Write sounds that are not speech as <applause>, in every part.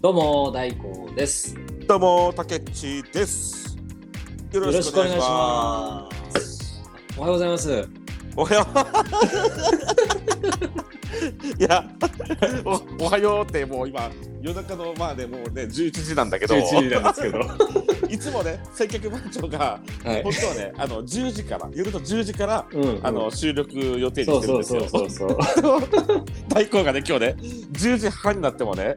どうも大光です。どうも、たけっちです。よ。よろしくお願いしますす。おはようございます。おはよう。い <laughs> や、おおはようってもう今夜中のまあねもうね11時なんだけど、 11時なんですけどいつもね接客番長が <laughs> はい本。当はねあの10時から夜の10時からうんあの収録予定にそうしてるんそうですそよう。そうそう。大光がね今日ね10時半になってもねん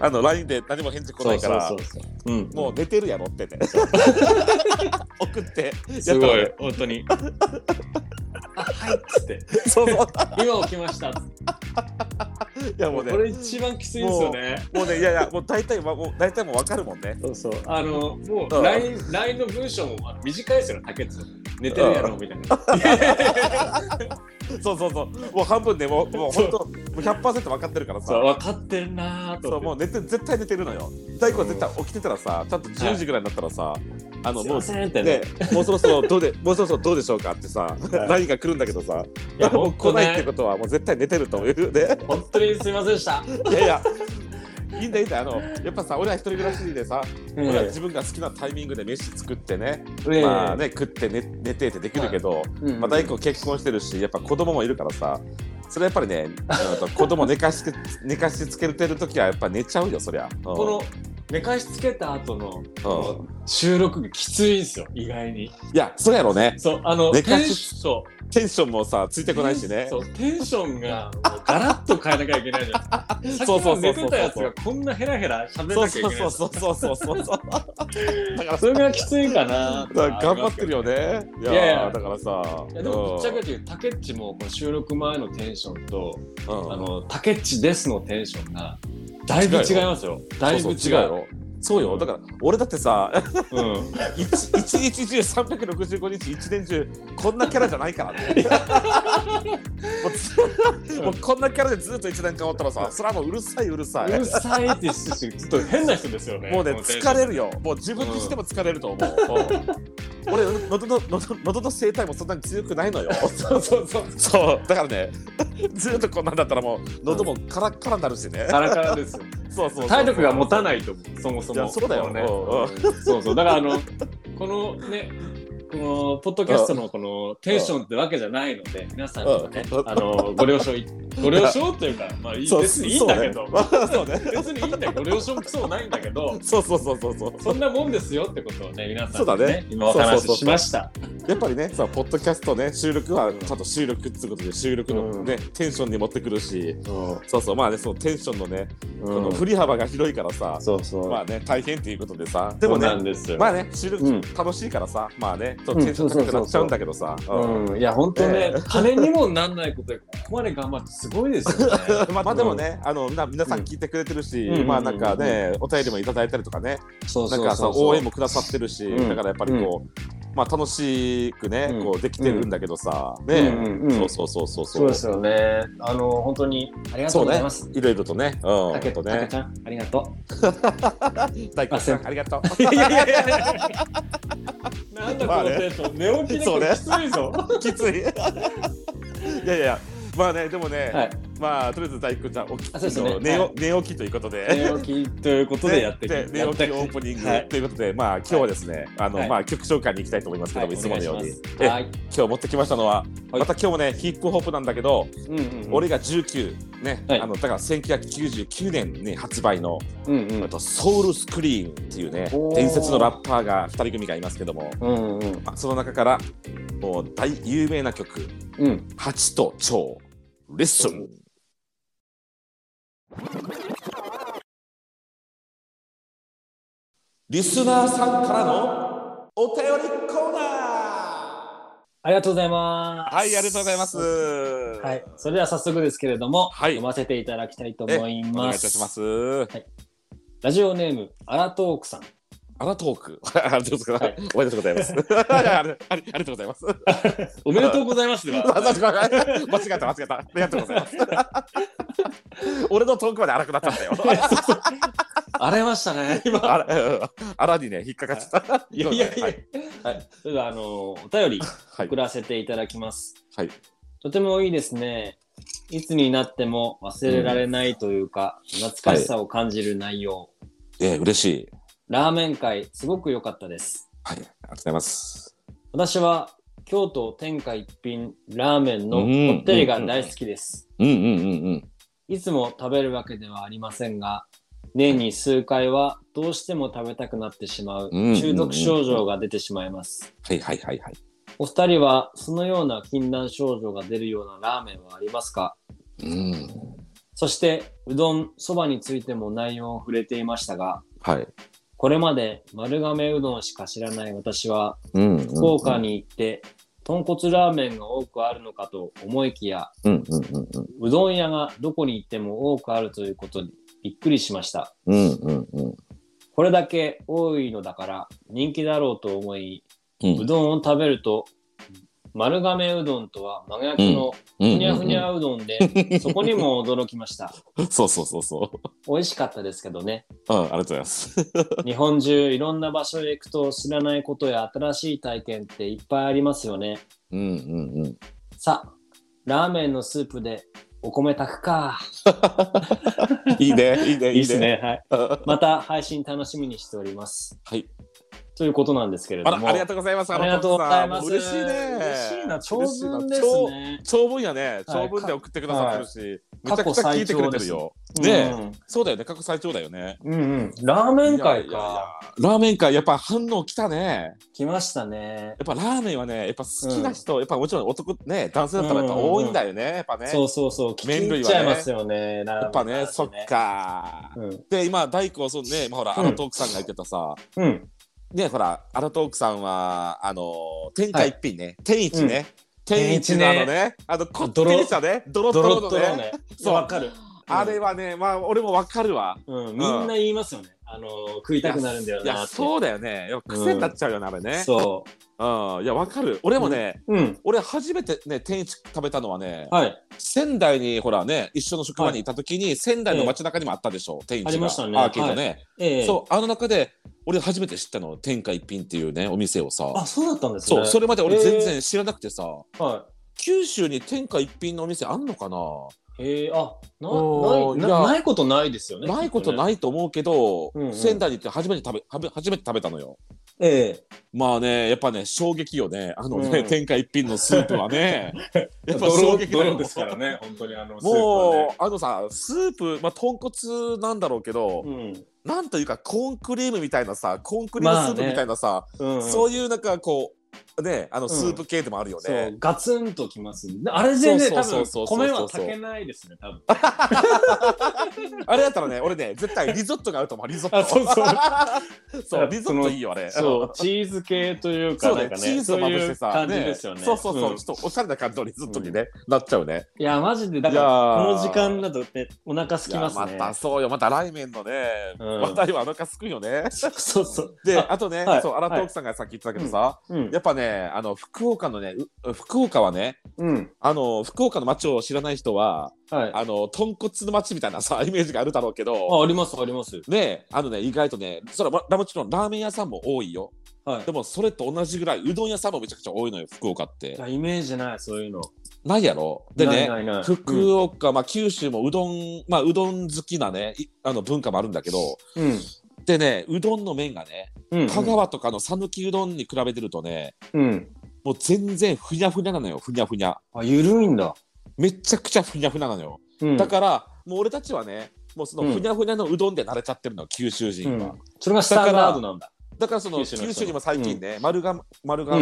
あの LINE で何も返事来そなういかそうらそうそう。うん。もう寝てるやろっ <laughs> てね送ってすやったごらねい本当に。あはいっつってそうそう。今起きました。いやもこうね、れ一番きついですよね。もうね、いやいや、もう大体、まもう大体もうわかるもんね。そうそう。あのもううん LINE LINE の文章もあの短いですよね。竹内さん寝てるやろみたいな。そうそうそう。もう半分で、もう、もう本当、もう百パーセント分かってるからそうさ。分かってるなーとそ思う、って。もう寝て、絶対寝てるのよ。大根は絶対起きてたらさ、ちゃんと10時ぐらいになったらさ。あの、すいもまう。せんってねね。、もうそろそろどうでもうそろそろどうでしょうかってさ何が来るんだけどさいやも本当う <laughs> 来ないってね。ことはもう絶対寝てるというね本当にすいませんでした。いやいやいいんだいいんだあのやっぱさ俺は一人暮らしでさ、うん俺は自分が好きなタイミングで飯作ってね、ええまあね食って寝寝てってできるけど、うんまあ、大工結婚してるしやっぱ子供もいるからさそれやっぱりねあの子供寝かしつけ <laughs> 寝かしつけてる時はやっぱ寝ちゃうよそりゃ、うんこの寝かしつけた後のうん収録がきついんですよ意外にいやそうやろねそうあの寝かしテンションテンションもさついてこないしねそうテンションがもうガラッと変えなきゃいけないじゃん <laughs> そそううそそううそ寝うそうてたやつがこんなヘラヘラ喋らそうなきゃいけなそういそうそうそうそうそ <laughs> うそうだからそれがきついかなとだはから頑張ってるよねいやいやいやだからさいやでもぶっちゃけうてタケッチもこの収録前のテンションとんうんあのタケッチですのテンションがだいぶ違いますよだいぶ違うそうそう違うよそうよだから俺だってさうん一一日中365日一年中こんなキャラじゃないからねもうずもうこんなキャラでずっと一年間おったらさそれはもううるさいうるさういるさいってしちょっと変な人ですよねもうねこのテンション疲れるよもう自分にしても疲れると思う、うん俺喉の喉喉の声帯もそんなに強くないのよそうそうそうそうだからねずっとこんなんだったらもう喉もカラッカラになるしね、カラカラですよそうそうそう体力が持たないと思うそもそいもやそうだよこのねうそうそうだからあのこのねこのポッドキャストのこのテンションってわけじゃないので皆さんのねうんあのご了承いご了承というかまあいいそう別にいいんだけどそうね別にいいんだけどご了承もクソもないんだけどそうそうそうそうそうそんなもんですよってことをね皆さんそにうだねね今お話そうそうそうししましたやっぱりね、さポッドキャストね、収録はちゃんと収録ってことで、収録のね、テンションに持ってくるし、そそうそう、まあね、そのテンションのね、うこの振り幅が広いからさ、そうそうまあね、大変っていうことでさ、でもそうなんね、ですよまあね、収録うん楽しいからさ、まあね、ちょっうんとテンション高くなっちゃうんだけどさ、うんうんいや本当ねえ <laughs> 金にもなんないことでここまで頑張ってすごいですよね <laughs> まあまあでもね、あのな皆さん聞いてくれてるしう、んまあなんかね、お便りもいただいたりとかね、そうなんそうそうそうかさ、応援もくださってるし、うんだからやっぱりこう、まあ楽しくねうん、こうできてるんだけどさ、ねうんうんう、んそうそうそうそうそうですよね。あの本当にありがとうございます。いろいろとね。うん。たけとたけちゃんありがと大工さあん、ありがとう。 <laughs> う。いやいやいや。なんだまこあのねテンション、寝起きでこれきついぞ。きつい。い <laughs> やいや、まあね、でもね、 <laughs> はい。まあ、とりあえず大工ちゃん、起きあそうですねあの寝おはい寝起きということで。寝起きということでやっていくで寝や起っきていオくープニンはいグということで、まあ今日はですね、あはのいまあ曲紹介に行きたいと思いますけども、はいいつものように、お願いしますえはい。今日持ってきましたのは、はいまた今日もねヒップホップなんだけど、うんうんうん。俺が19ね、はいあのだから1999年に発売の、うんえっとソウルスクリーンっていうねおー伝説のラッパーが2人組がいますけども、うん。うんうんまあその中からもう大有名な曲うん。 「蜂と蝶」「レッスン」リスナーさんからのお便りコーナありがとうございます。ーはいありがとうございますははいい。それでは早速ですけれども、はい読ませていただきたいとえ思いおます。願いいたしま。すラジオネームアラトークさん。アラトーク <laughs> ありがとうございます、はいおめでとうご <laughs> ざいますありありありがとうございますおめでとうございますで <laughs> は。 <laughs> 間違えた間違えたありがとうございます <laughs> 俺のトークまで荒くなっちゃっ <laughs> たよ荒れましたね。今。あら、あらにね、引っかかっちゃった。いやいやいや、 <laughs> ははいい、それではあのお便りはい送らせていただきます。はい。とてもいいですね。いつになっても忘れられないというか、懐かしさを感じる内容。えー、嬉しい。ラーメン会、すごく良かったです。はい、ありがとうございます。私は京都天下一品ラーメンのうんこってりが大好きです。うんうんうんうん。いつも食べるわけではありませんが、年に数回はどうしても食べたくなってしまううん中毒症状が出てしまいます。はいはいはいはい。お二人はそのような禁断症状が出るようなラーメンはありますかうん。そして、うどん、そばについても内容を触れていましたが、はい。これまで丸亀うどんしか知らない私は、うん、うん。福岡。に行って、豚骨ラーメンが多くあるのかと思いきや、うんうんうんうん。うどん屋がどこに行っても多くあるということにびっくりしました。うんうんうん。これだけ多いのだから人気だろうと思い、ううどんを食べると、丸亀うどんとは真逆のふにゃふにゃうどんで、 <laughs> そこにも驚きました。そうそうそうそう。美味しかったですけどね。うん、ありがとうございます。日本中いろんな場所へ行くと知らないことや新しい体験っていっぱいありますよね。うんうんうん。 <laughs> さあ、ラーメンのスープでお米炊くか。いいね、いいね、いいね。っ。はい。 <laughs> はまた配信楽しみにしております。い。ということなんですけれあども。ら、ありがとうございます。ありがとうございます。嬉しいね。嬉しいな。長文です嬉しいなね。長長文やね。長文で送ってくださってるし、めちゃくちゃ聞いてくれてるよ。ねえ、そうだよね。過去最長だよね。うん、うんうん。ラーメン会いやいやいか。や。ラーメン会、やっぱ反応来たね。来ましたね。やっぱラーメンはね、やっぱ好きな人、やっぱもちろん男、ね、男性だったらやっぱ多いんだよね。やっぱね。そうそうそう。聞き入っちゃいますよね。ややっぱね、そっ。か。うん。で、今、大工、そうね、まあ、ほら、うアんラトークさんが言ってたさ、うん。ね、ほら、アラトークさんは、あのー、天下一品ね、天一ね、天一のあのね、あの、こってりしたね、ドロドドロロッのドロね、ね。そうわかる。あれはね、まあ、俺もわかるわ。うん、みんな言いますよね。あのー食いたくなるんだよいなや、って。そうだよね。やっぱ癖になっちゃうよね、あれね。そうん、いや、わかる。俺もね、う。うん。俺初めてね、天一食べたのはね、はい。仙台にほらね、一緒の職場にいた時に、仙台の街中にもあったでしょ、天一が。ありましたねアーケードね。ええそう、あの中で、俺初めて知ったの、天下一品っていうね、お店をさ。あ、そうだったんですね。そう、それまで俺全然知らなくてさ、は九州に天下一品のお店あんのかな、い。ええあ、なおーないいなやないことないですよね。ないことい。ないと思うけど、うんうん仙台に行って初めて食べ食べ初めて食べたのよ。ええまあね、やっぱね、衝撃よね。あのね、うん天下一品のスープ <laughs> はね、やっドぱロ衝撃ドだロよ。ですからね、本当にあのスープはねもう、あのさ、スープ、まあ、豚骨なんだろうけど、なんというか、コーンクリームみたいなさ、コーンクリームスープみたいなさ、うん、うん、そういいうなんかこう、ね、あのスープ系でもあるよね。そうガツンときますね。あれ全然そ多うそ分うそうそう米は炊けないですね、多分。あれだったらね、俺ね、絶対リゾットが合うと思う、リゾッあト。そうそう <laughs> そうリゾットいいよ、あれ。 <laughs> そう、チーズ系というか、そうなんねか、ね、チーズをまぶしてさ、そういう感じですよね。そうそうそう、んちょっとおしゃれな感じのリゾットにね、なっちゃうね。いや、マジで、だいかやら、ーこの時間だとね、お腹すきますいね。やまたそうよ、またラーメンのね、うんまた今、お腹すくよね。そうそう。で、あとね、はいそう、荒トークさんがさっき言ってたけどさ、うんやっぱね、あの、福岡のね、う福岡はね、うん。あの、福岡の街を知らない人は、はい。あ、あの、豚骨の街みたいなさ、イメージがあるだろうけど、あります、あります。ねあのね意外とねそれはももちろんラーメン屋さんも多いよはいで。もそれと同じぐらいうどん屋さんもめちゃくちゃ多いのよ福岡っいてやイメージない、そういうの。ないやろでねないないない福岡、まあ、九州もうどん、まあ、うどん好きなねいあの文化もあるんだけどうん。でねうどんの麺がねうん。香川とかの讃岐うどんに比べてるとねうん。もう全然ふにゃふにゃなのよふにゃふにゃあ、ゆるいんだ。めちゃくちゃふにゃふにゃなのよ、うんだからもう俺たちはねもうそうんのふにゃふにゃのうどんで慣れちゃってるの九州人は。うんそれがスタンダードなんだ。だからその九九州州の人にも最近ね、丸が丸が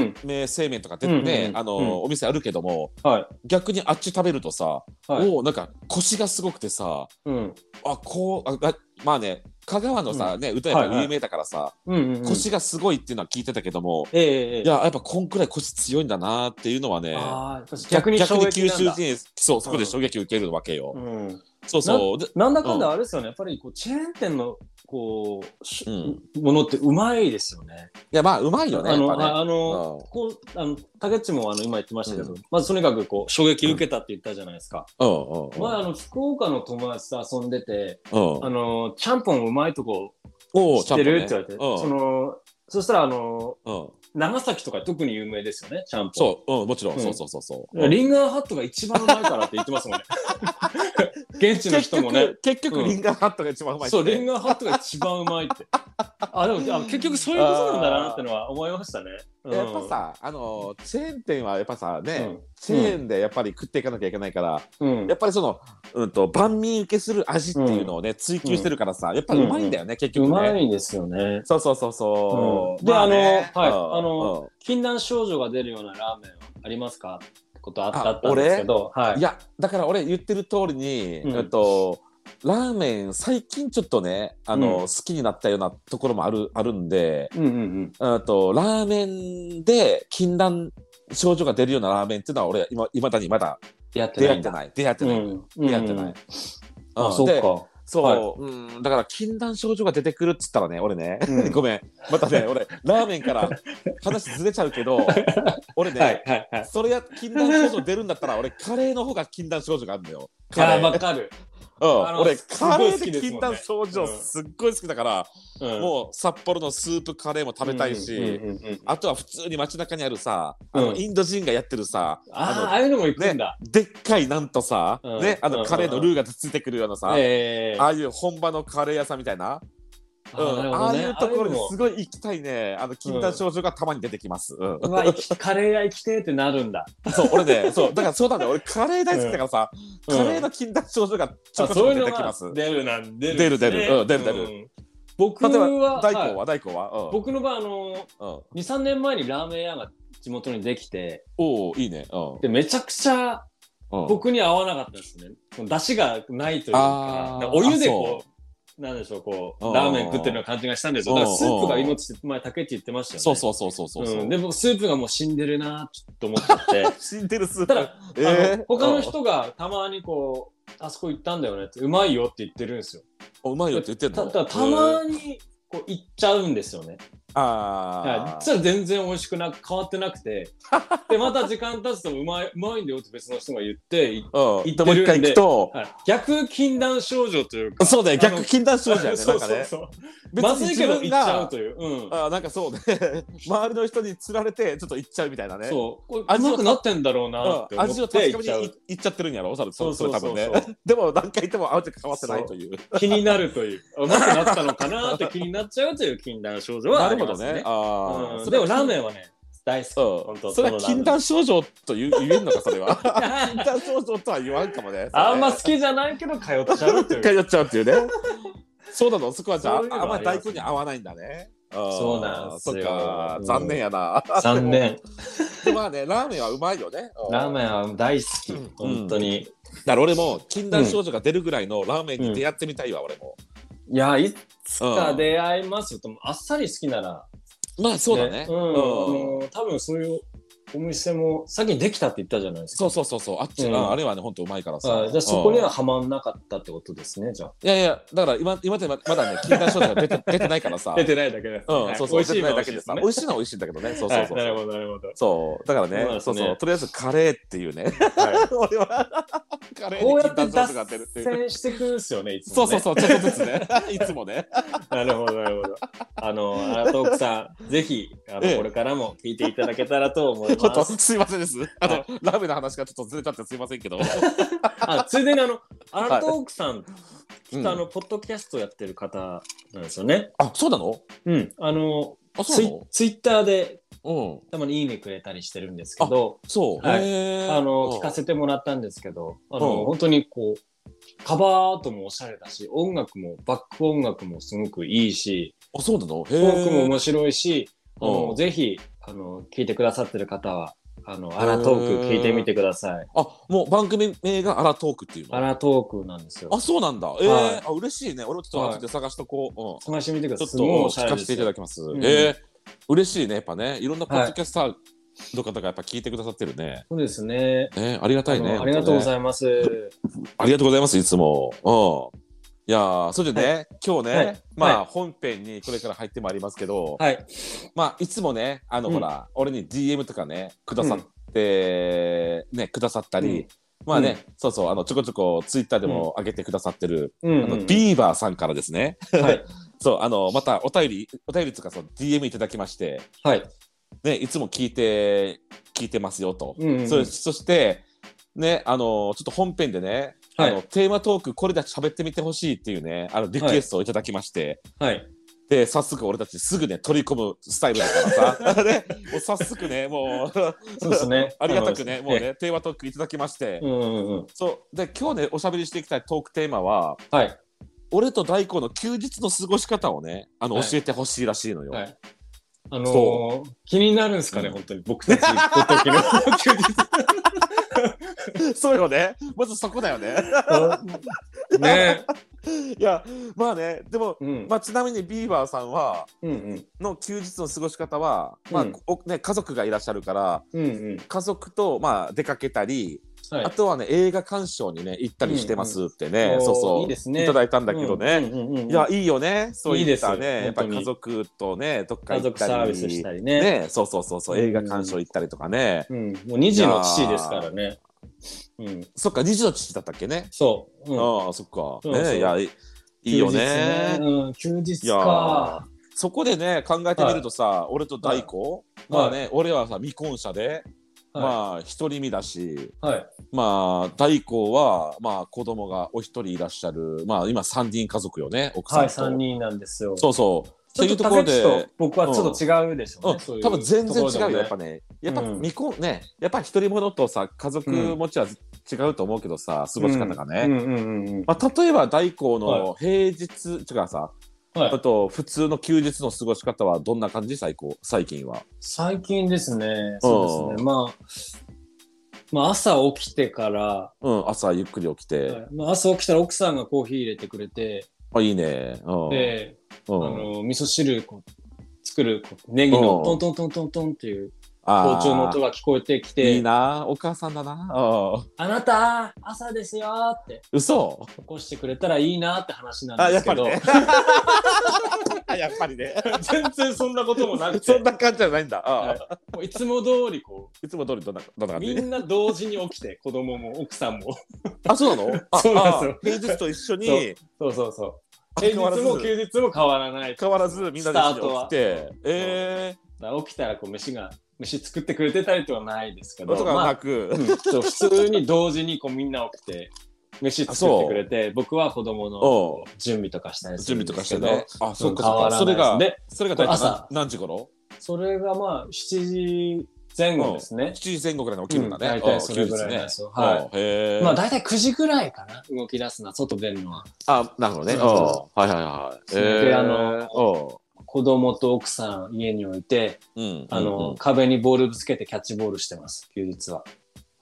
製麺とか出てね、うんあの、うんお店あるけどもは逆にあっち食べるとさ、い。はい。もうなんか腰がすごくてさうん。あこうああまあね香川のさ、ね歌やっぱ有名だからさ、うんうん。腰がすごいっていうのは聞いてたけども、ええええ。いややっぱこんくらい腰強いんだなっていうのはねああ、逆に衝逆撃に九なん州だ。人そうそこうでん衝撃を受けるわけよ、うん。そうそうでなんだかんだあれですよね。やっぱりこうチェーン店のこうしうんものってうまいですよね。いやまあうまいよねあやっのぱねああのうんこうあの竹内もあの今言ってましたけどう、まずとにかくこう衝撃受けたって言ったじゃないですか。うんうんうん前あの福岡の友達と遊んでて、うんあのちゃんぽんうまいとこおう知ってる、ってち言わゃんれて、とねそのそしたらあのうんうん長崎とか特に有名ですよね、ちゃんぽん。そう、うん、もちろん、うんそうそうそうそう。リンガーハットが一番うまいからって言ってます <laughs> もんね。現地の人もね。結局、結うん局リンガーハットが一番うまいってそう、リンガーハットが一番うまい <laughs> って。あ、でも、あ結局そういうことなんだなってのは思いましたね。うんやっぱ、さ、あのチェーン店はやっぱさね、うんチェーンでやっぱり食っていかなきゃいけないから、うんやっぱりその、うん、と万民受けする味っていうのをね、追求してるからさやっぱりうまいんだよね、結う局まね。いんですよね。そうそうそうそう。うんでねあのはいうんあのうん禁断症状が出るようなラーメンありますかってことあったああったんですけど、はいい。やだから俺言ってる通りに、うんえっとラーメン最近ちょっとねあうの、ん好きになったようなところもあるあるんでうんうんうん。えっとラーメンで禁断症状が出るようなラーメンっていうのは俺いまだにまだやって出な会いっんだ。てない出会ってない、うん出会ってない、うんうんあ、そでうか。そう、はいうんだから禁断症状が出てくるっつったらね俺ね、うん <laughs> ごめんまたね俺ラーメンから話ずれちゃう <laughs> けど俺ね、はいはいはい。それや禁断症状出るんだったら俺カレーの方が禁断症状があるんだよ。いカレや、ーわかる。あうん、の俺すごいカレ好きーでですもんね禁断症状うんすっごい好きだから、うんもう札幌のスープカレーも食べたいし、うんうんうんうんあとは普通に街中にあるさ、あうのんインド人がやってるさああ、あのあいうのも行くんだ。でっかいなんとさ、うんね、あうんうんのうんカレーのルーがついてくるようなさ、ええああいう本場のカレー屋さんみたいな、あうんーなるほあどあねいうところにすあごい行きたいねあの禁断症状がたまに出てきます。うんあいうのもうわ行きカレー屋行きてーってなるんだ。そう、俺ね、そう、だからそうなんだよ。俺、カレー大好きだからさ、うんカレーの禁断症状がちょあこちょそうこいう出のてきまがす。出るな、出る。出る出るうん出る出るうん。僕例えはば、、大根はは、大根は、いうん僕の場合、あの、うん、 2、3年前にラーメン屋が地元にできて、おおいいね。うんで、めちゃくちゃうん僕に合わなかったですね。その出汁がないというかなあー、んかお湯であこう、なんでしょう、こうんう、ラーメン食ってるような感じがしたんですよ。だからスープが命って前、竹内言ってましたよね。そうそうそうそうそうそう。うんでもスープがもう死んでるなと思ってて、死んでるスープ。ただ <laughs> えあの他の人がたまにこう、あそこ行ったんだよねって、うまいよって言ってるんですよ。うんうまいよって言ってんたのたたえーまにこう行っちゃうんですよね。はあい。そしーたら全然美味しくなく、変わってなく <laughs> て、で、また時間経つとうまい、うまいんだよって別の人が言って、いうん。行ってるんででもう一回行くと、はい、逆禁断症状というか、そうだよ、あ逆の禁断症状やね、 <laughs> そなんうかそうね。そう。別まにずい自け分どが行っちゃうという。うん。あーなんかそうね、周りの人に釣られて、ちょっと行っちゃうみたいなね。そう。これう味をまくなってんだろうなってうん思っ味をて確か行っめちゃにう。いっちゃってるんやろ、おそらくそうそそうれ多そ分うね <laughs> そう。でも何回行っても合うて変わってないという。 <laughs> 気になるという。うまくなったのかなって気になっちゃうという禁断症状はなあるりほまどすねね。。あうあ、んそれでもはラーメンはね、大好き。本う当ん、それは禁断症状という言えるのか、そ <laughs> れは。禁断症状とは言わんかもね。あんま好きじゃないけど通っちゃうと一いう。回やっちゃうっていうね。そうなの、そこはじゃあ、そういうのあんまりあり大ます根ねに合わないんだね。そうなんですよそっかう、ん残念 <laughs> やな。残念。でもまあね、ラーメンはうまいよね。ラーン。メンは大好きうん。本当に。だから俺も禁断症状が出るぐらいのラーメンに出会ってみたいわ、俺も。いや、いつか出会いますよ。でもあっさり好きなら。まあ、そうだね。うん。うんもう多分そういうお店も、先にできたって言ったじゃないですか。そうそうそうそう、あっち、うんああれはね、本当うまいからあさ。ーじゃあそこにうんはハマんなかったってことですね、じゃいやいや、だから今、今でままだね、禁断症状が出て <laughs> 出てないからさ。あ。出てないだけで。うん、そうそう、美味しい出てないだけでさ。美ね味しいのは美味しいんだけどね。そうそうそうはいなそるう。ほど、なるほど。そう、だからねそうなんですそねうそう、とりあえずカレーっていうね。は俺は、 <laughs> カレい、こーうにや禁って断症状が出る脱っていう。線してくるんですよね、いつそも、ね。うそうそう、ちょっとずつね。 <laughs> いつもね。なるほど、なるほど。あの、アラトークさん、ぜひ、あの、ええこれからも聞いていただけたらと思いちょまっと、す。すいませんです。あの、ラーメンの話がちょっとずれちゃってすいませんけど。あ、ついでに、あの、アラトークさん、きっうんとあの、ポッドキャストやってる方なんですよね。あ、そうなのうん。あの、あ、ツそうなイツイッターでのうん。たまにいいねくれたりしてるんですけど、そう。はいへあーの、うん聞かせてもらったんですけど、あの、うん本当にこう、カバーアートもおしゃれだし、音楽も、バック音楽もすごくいいし、あ、そうなのトトークも面白いし、あうの、んぜひ、あの、聞いてくださってる方は、あの、アラトーク聞いてみてください。あ、もう番組名がアラトークっていうアのラトークなんですよ。あ、そうなんだ。えはいー、あ、嬉しいね。俺もちょっと後で探しとこう。うん。探してみてくださちょい。っすとごいおしゃ聞れかでせすていたよだ。きます。うんえー嬉しいね、やっぱね。いろんなポッドキャスターの方がやっぱ聞いてくださってるね。そうですね。えー、ありがたいあね。のありがとうごいます。ざいます。ありがとうございます、いつも。うん。いやー、それでね、今日ね、はいまあ、は本編にこれから入ってまいりますけど、はい。まあ、いつもね、あの、うんほら、俺に DM とかね、くださうっんて、ね、くださったり、うんまあね、そうそう、あの、ちょこちょこツイッターでも上げてくださってる、うんあうの、ん。ビーバーさんからですね、はい。そう、あの、またお便り、お便りとか、そう、DM いただきまして、はい。ね、いつも聞いて聞いてますよと、うんうんそれそしてねあのちょっと本編でね、はいあのテーマトークこれだけ喋ってみてほしいっていうねあのリクエストをいただきまして、はい。で早速俺たちすぐね取り込むスタイルだか <laughs> らさ、ね、もう早速ねもう。そうですねありがたく <laughs> ねあのもう。ねテーマトークいただきまして、えうんうんうん。そうで今日ねおしゃべりしていきたいトークテーマははい。俺と大光の休日の過ごし方をねあのはい教えてほしいらしいのよ。はい。あのそー、気になるんですかね、うん本当に。僕 <laughs> たちごときの休日。 <laughs> そうよねまずそこだよね。 <laughs> ねえ。いやまあねでも、 <laughs> うん。まあ、ちなみにビーバーさんはうんうん。の休日の過ごし方は、まあうんおね、家族がいらっしゃるからうんうん。家族と、まあ、出かけたり、はいあ。とはね映画鑑賞にね行ったりしてますってうね、んうんそおうそーういいですねただいたんだけどね、うんうんうんいやいいよねそういいったねいですやっぱり本当家に族とねどっか家行っ族たりサービスしたりね。ねそうそうそうそう映画鑑賞行ったりとかね、うん、もう2時の父ですからね。うん、そっか2時の父だったっけね、そう。うん、ああそっか、そうそうねいやいいいいよ休日ねうん、休日いやか。そこでね考えてみるとさ、俺と大光、まあね、俺はさ未婚者で、はまあ独り身だしい、はい、まあ大光はまあ子供がお一人いらっしゃるまあ今3人家族よね奥はさい、ん3と、人なんですよ。そうそうちょっと竹内と僕はちょっと違うでしょうね。うんそういう多分全然違とこうよ、ろでもねやっぱねやっぱうん未婚、ねやっぱ独り者とさ家族持ちは違うと思うけどさ過ごし方がね、うんうんうんうん。まあ、例えば大光の平日、違うさはあい、と普通の休日の過ごし方はどんな感じ最高最近は最近ですね、そうですね、まあ、まあ、朝起きてから、うん朝ゆっくり起きて、はいまあ、朝起きたら奥さんがコーヒー入れてくれて、あいいねうんで、うあんの味噌汁こう作るこうネギうのんトントントントントンっていう包あー丁の音が聞こえてきて「いいなお母さんだなうんあなた朝ですよ」って嘘起こしてくれたらいいなって話なんあでやすっぱけりど、ねやっぱりね <laughs> <laughs> 全然そんなこともなくてそんな感じじゃないんだ、うんはいい、もういつも通りこつも通りどんなどんなう感みじんな同時に起きて子供も奥さんもあそうなのあそうなんですよあ平日と一緒にそうそうそうそう平変わら日ずも休日も変わらない変わらずみんなで一緒に起きてえだから起きたらこう飯が飯作ってくれてたりとはないですけー、ど音がなく、うんそう普通に同時にこうみんな起きて飯作ってくれて僕は子供のおう準備とかしたりす準るん備でとすかけしてど、ねあそっかそっかそそれれががでそれが大体朝何何時頃それがまあ7時前後ですね、 7時前後ぐらいに起きるんだね、うん大体それぐらいなんですようん休日ねはうんへえ、まあ大体9時ぐらいかな動き出すのは外出るのはあなるほどねうんそうはいはいはいそうへーであのうん子供と奥さん家に置いてうんあの、うんうん壁にボールぶつけてキャッチボールしてます休日は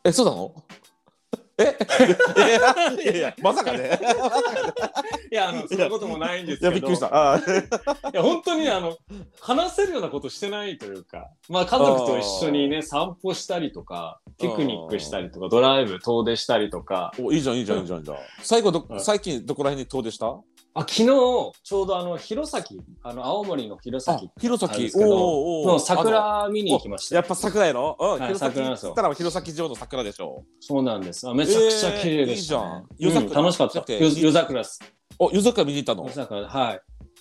え、そうなの <laughs> えいやいや、まさかね。いやあのそんなこともないんでいや、びっくりした。あーいや本当にあの話せるようなことしてないというか、まあ、家族と一緒にね散歩したりとかピクニックしたりとかドライブ遠出したりとかおいいじゃん、いいじゃん、いいじゃん、いいじゃん。最後どう、ん最近どこら辺に遠出したあ昨日ちょうどあの弘前あの青森の弘あ前、弘あるん前で。すけどーのあ桜見に行きましやたっぱ桜やろうん、はい弘前桜なんっですよつったら弘前城の桜でしょ。そうなんですあめちゃくちゃ綺麗でした、ねえーいいじゃん夜うん、桜楽しかっだたってよ夜桜ですお、夜桜見に行ったの夜桜はい、あ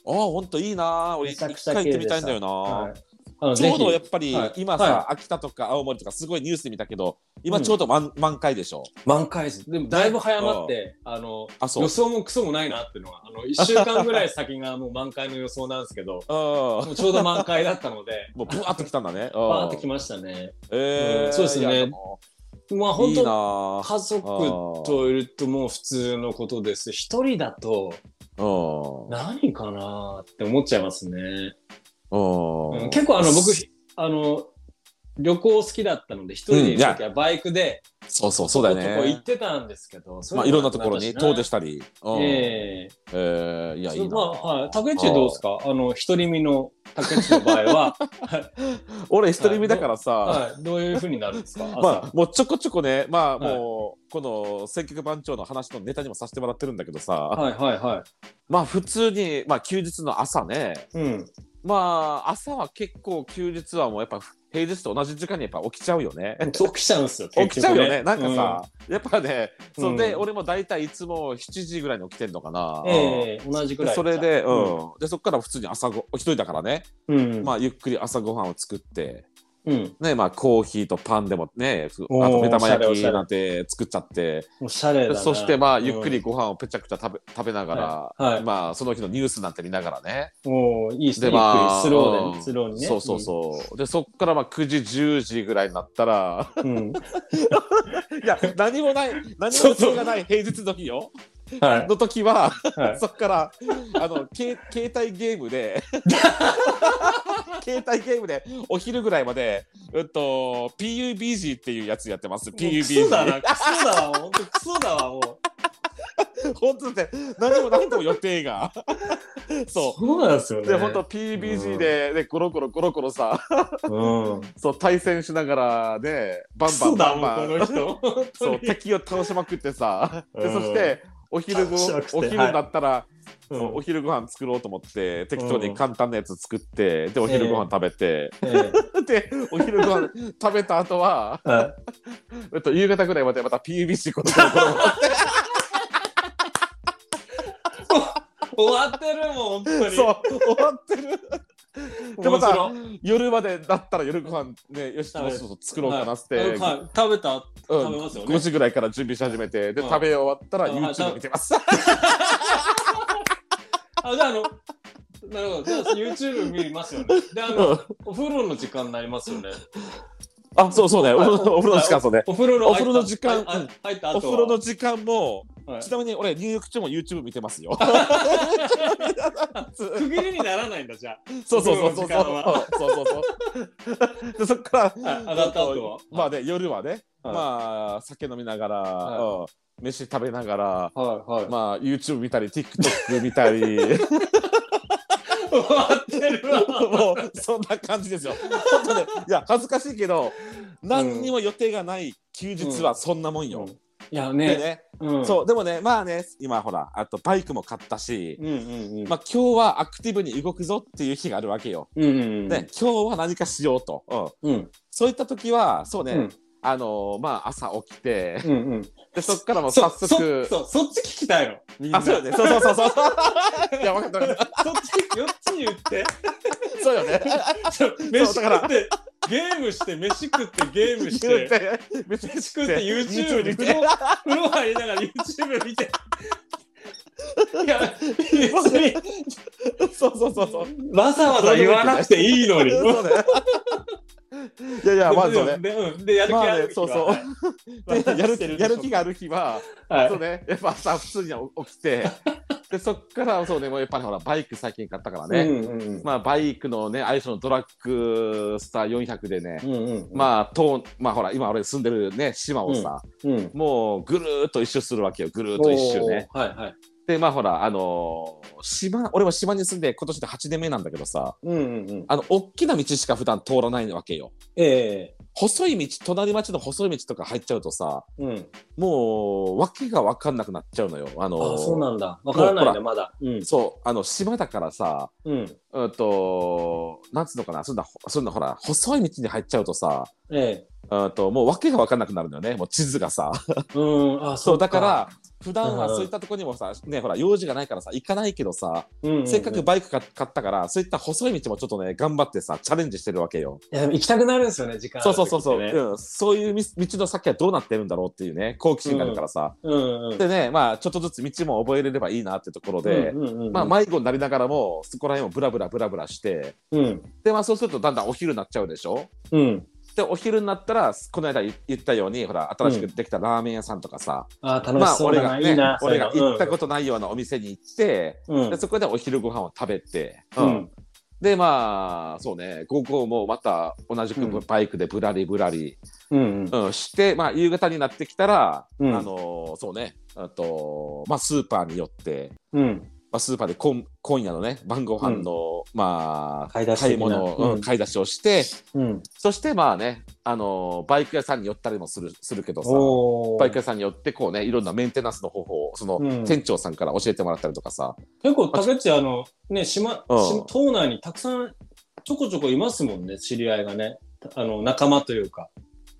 あ、ほんといいなー。俺、め一ちゃくちゃ回行ってみ綺麗でしたたいんだよなは。い、あのちぜょうどやひっぱりはい今はさ、秋田とか青森とかすごいニュースで見たけど、今ちょうど満満開でしょ。満開ですでもだいぶ早まってあのあ、そう。予うん。、想もクソもないなっていうのはあの1週間ぐらい先がもう満開の予想なんですけど <laughs> もうちょうど満開だったのでもうブワーッと来たんだね。バーってうんきましたね。えうー、んそうですねいやもまあうい本いな当ぁ家族といるともう普通のことです。一人だとう何かなって思っちゃいますね。んううんん。結構あの僕、あの、旅行好きだったので、一人でいる時はバイクで、そうそうそうだよとこ行っね。てたんですけど、まあいろんなところに遠出ししたり。うんえええー、いやいいなまあ、はい。竹内どうですかあの、独り身の竹内の場合 <laughs> は、うん俺一人身だからさ、はい。どういうふうになるんですか朝。 <laughs> まあもうちょこちょこねまあはいもう、この選曲番長の話のネタにもさせてもらってるんだけどさ、はいはいはまあ普通にまあ休日の朝ねい。うん。まあ朝は結構休日はもうやっぱ平日と同じ時間にやっぱ起きちゃうよね。起きちゃうんですよ。起きちゃうよ結ね、な局んかさ、やっぱね、それでうん俺も大体いつも7時ぐらいに起きてんのかな、ええ同じでくらい。それで,、うんでそこから普通に朝ご一人だからね、うん。うん。まあ、ゆっくり朝ごはんを作ってうん。ねまあ、コーヒーとパンでもねふおーあと目玉お焼しきゃれなんて作っちゃっておしゃれだな。そしてまあうんゆっくり。ご飯をぺちゃくちゃ食べ食べながら、はいはいまあ、その日のニュースなんて見ながらねもう、いいっすね。でゆっくまりあ、スローでうね。んスローにね。そうそうそうでそっからまあ9時10時ぐらいになっ <laughs> たらうん。う <laughs> ん。いや何もない何もそうそう必要がない平日の日よはい。の時ははいそっからあのけ携帯ゲームで携帯ゲームでお昼ぐらいまで、うんと、PUBG っていうやつやってますもうクソだ PUBG な、クソだわ、ほんとクソだわ、もう。本当で何も何とも予 <laughs> 定がそうなんですようね。で本当 PUBG ででゴロゴロゴロゴロさうん。そう対戦しながらでバクンバソンだバもンん、バこンの人。本当そうに敵を倒しまくってさでうんそしてお昼ご倒しまくってお昼になったら、うそうんお昼ご飯作ろうと思って適当うんに簡単なやつ作ってでお昼ご飯食べて、えでお昼ご飯食べた後はえはいえっと夕方ぐらいまでまた PUBC こところ終わってるもん、本当に。 <laughs> そう終わってるでま面た白い夜までだったら夜ご飯ねよし食べそうそうそう作ろうかなっつって、はいはい食べたうん食べますよね5時ぐらいから準備し始めてで、うん食べ終わったらうん YouTube 見てます、あじゃああのなるほどじゃあ YouTube 見ますよねであの、お風呂の時間になりますよねあそうそうねお風呂お風呂の時間そうねお風呂のお風呂の時間ああ入ったお後風呂の時間もはいちなみに俺入浴中も YouTube 見てます <laughs> よ区切りにならないんだじゃあそうそうそうそうそ夜のう時間はそうそうそうでそっからはい上がった後はまあね夜はね、はいまあ酒飲みながら、はうん飯食べながら、はいはい、まあ YouTube 見たり TikTok 見たり <laughs> 終わってるわもうそんな感じですよ本当ねいや恥ずかしいけど何にも予定がない休日はそんなもんよ、うんいやでねね、うん、そうでもねまあね今ほらあとバイクも買ったし、うんうんうん、まあ、今日はアクティブに動くぞっていう日があるわけよ。うんうんうんね、今日は何かしようと、うんうんそういった時はそうね、うんあのーまあ朝起きて <laughs> うんうんでそっからもうそ早そ速そうそっち聞きたいのみんなあそうよねそうそうそうそう <laughs> いや分かった分かっそっちよっち言ってたそう <laughs> よねそう飯だ食からってゲームして飯食ってゲームして別に飯食って YouTube に見風て呂風呂入りながら YouTube 見ていや別に <laughs> そうそうそうそうわざわざ言わなくていいのにそうねいやいやまあそうねでうんでやる気ある日は <laughs> まあねはいでやる気やる気がある日ははいそうね、やっぱ朝普通に起きて、でそっからそうね、もうやっぱりほらバイク最近買ったからうんね、うんうんまあバイクのね、相性のドラッグスター400でね、うんうんうんまあとまあほら今俺住んでるね島をさ、うんもうぐるーっと一周するわけよ、ぐるーっと一周ね。おーはいはいでまあほらあのー島、俺は島に住んで今年で8年目なんだけどさ、うんうんうんあの大きな道しか普段通らないわけよ。ええ細い道、隣町の細い道とか入っちゃうとさ、うんもう訳が分かんなくなっちゃうのよ。あのーあそうなんだわからないほねらまだうんそう、あの、島だからさ、うんうんと、なんつうのかな、そんな、そんなほら、細い道に入っちゃうとさ、ええうんと、もう訳が分かんなくなるんだよね、もう地図がさ。うんあそ、そうだから、普段はうんうんそういったとこにもさ、ね、ほら、用事がないからさ、行かないけどさ、せせっかくバイクか買ったから、そういった細い道もちょっとね、頑張ってさ、チャレンジしてるわけよ。いやでも行きたくなるんですよね時間あそるうそうそうそう、時ってねうん、そういうみ道の先はどうなってるんだろうっていうね、好奇心があるからさ。うんうんでね、まあ、ちょっとずつ道も覚えれればいいなってところで、うんうんうんうんまあ、迷子になりながらも、そこら辺をブラブラブラブラして、うんで、まあ、そうするとだんだんお昼になっちゃうでしょうんでお昼になったらこの間言言ったようにほら新しくできたラーメン屋さんとかさ、あー楽ましあそう俺だがな、ねいいな俺が行ったこととないようなお店に行って、うんでそこでお昼ご飯を食べて、ううんんでまあそうね午後もまた同じくうんバイクでぶらりぶらり、うんうんして、まあ、夕方になってきたら、うんあのそうねあと、まあ、スーパーに寄って、うんまあ、スーパーで今今夜のね晩ご飯の、まあ買い出し買い的な物、うんうん買い出しをして、うんそしてまあね、あのーバイク屋さんに寄ったりもするするけどさ、おバイクー屋さんに寄ってこうね、いろんなメンテナンスの方法を、その、うん店長さんから教えてもらったりとかさ、結構竹内あのね島うん島島内にたくさんちょこちょこいますもんね知り合いがねあの仲間というか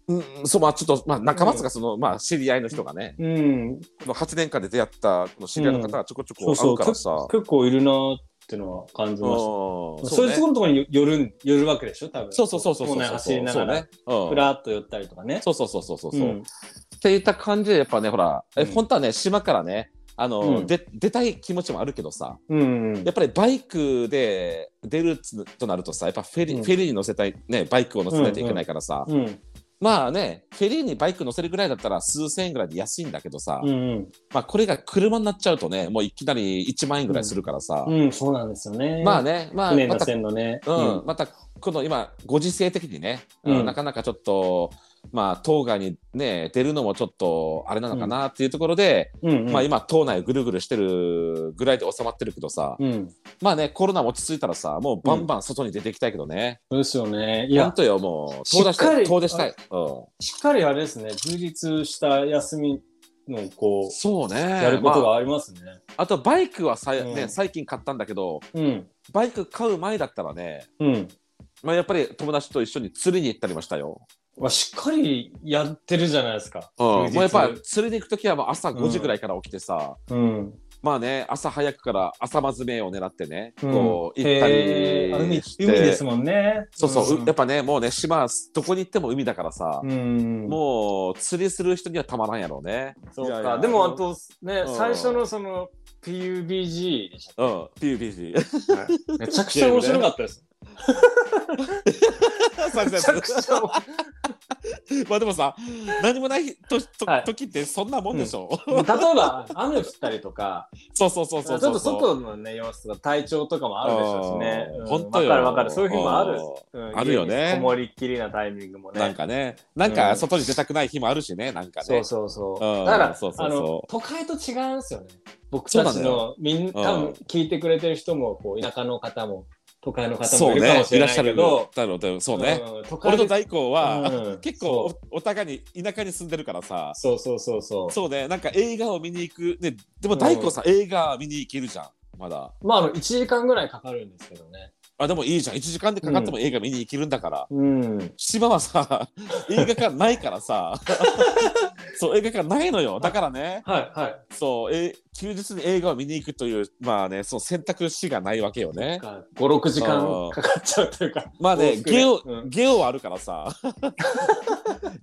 うん、そう、まあちょっと、まあ仲間とかその、まあ知り合いの人がね、うんこの8年間で出会ったこの知り合いの方がちょこちょそうこ会そううからさ、結構いるなーってっていうのは感じました。そうそういうとこねろのところによるんよるわけでしょ、多分。そうそうそうそうそう校内走りながら、そうねふらっと寄ったりとかね。そうそうそうそうそうそう、うんっていった感じでやっぱねほら、うえん本当はね島からねあの、うんで出たい気持ちもあるけどさうんうんやっぱりバイクで出るつとなるとさやっぱフェリー、うんフェリーに乗せたいねバイクを乗せないといけないからさ、うんまあねフェリーにバイク乗せるぐらいだったら数千円ぐらいで安いんだけどさ、うんまあこれが車になっちゃうとねもういきなり1万円ぐらいするからさ、うん、うん、そうなんですよね。まあねまあ船まのた線のね。うんまたこの今ご時世的にね、うんうんなかなかちょっとまあ当該にね出るのもちょっとあれなのかなっていうところで、うん、まあ今島内をぐるぐるしてるぐらいで収まってるけどさ、うん、まあねコロナも落ち着いたらさもうバンバン外に出ていきたいけどね、そうですよね。いほんや、とよもうしっ遠出したかいり遠出したい、うん、しっかりあれですね、充実した休みの、こそうねう、やることまあ、がありますね。あとバイクはさ、うね、ん最近買ったんだけどうん、バイク買う前だったらねうん。まあやっぱり友達と一緒に釣りに行ったりもしたよ。わしっかりやってるじゃないですか。うん、も休日うやっぱ釣りに行く時はもう朝5時ぐらいから起きてさ、うん。まあね、朝早くから朝まずめを狙ってね、うんこう行ったへりーあ海して海ですもんね。そうそう、んうやっぱね、もうね、島、どこに行っても海だからさ、うん、もう釣りする人にはたまらんやろうね。そうかいやいやでもあとねうん最初のその PUBG でしうん、PUBG。 <laughs> たっけ、めちゃくちゃ面白かったです。めちゃくちゃ面白い <laughs> まあでもさ、何もないとと、はい時ってそんなもんでしょ。例えば雨降ったりとか <laughs> そうそうそうそうそちょう。っと外のね様子とか体調とかもあるでしょうしね。うんうん本当よわかるわかるそういう日もある。うんあるよね家にこもりっきりなタイミングもね。なんかね、なんかうん外に出たくない日もあるしね、なんかね。そうそうそう。うんだからそうそうそうあの都会と違うんですよね。僕たそちうなのよのみん多うん分聞いてくれてる人もこう田舎の方も都会の方そもういるかねも、しいれらっなしゃいけるど。だろうでそうね。うん都俺会とで大光は、うん結構おお互いに田舎に住んでるからさ、そうそうそうそう。そうね、なんか映画を見に行く。ね、でも大悟さん、映画見に行けるじゃん、まだ。まあ、あの、1時間ぐらいかかるんですけどね。あ、でもいいじゃん。1時間でかかっても映画見に行けるんだから。うん。島は <laughs> さ、映画館ないからさ。そう、映画館ないのよ。だからね、はい、はい。そう、え休日に映画を見に行くという、まあね、その選択肢がないわけよね。 5、6時間かかっちゃうと <laughs> いうか。まあね、往復ねゲオう、んゲオはあるからさ。 <laughs>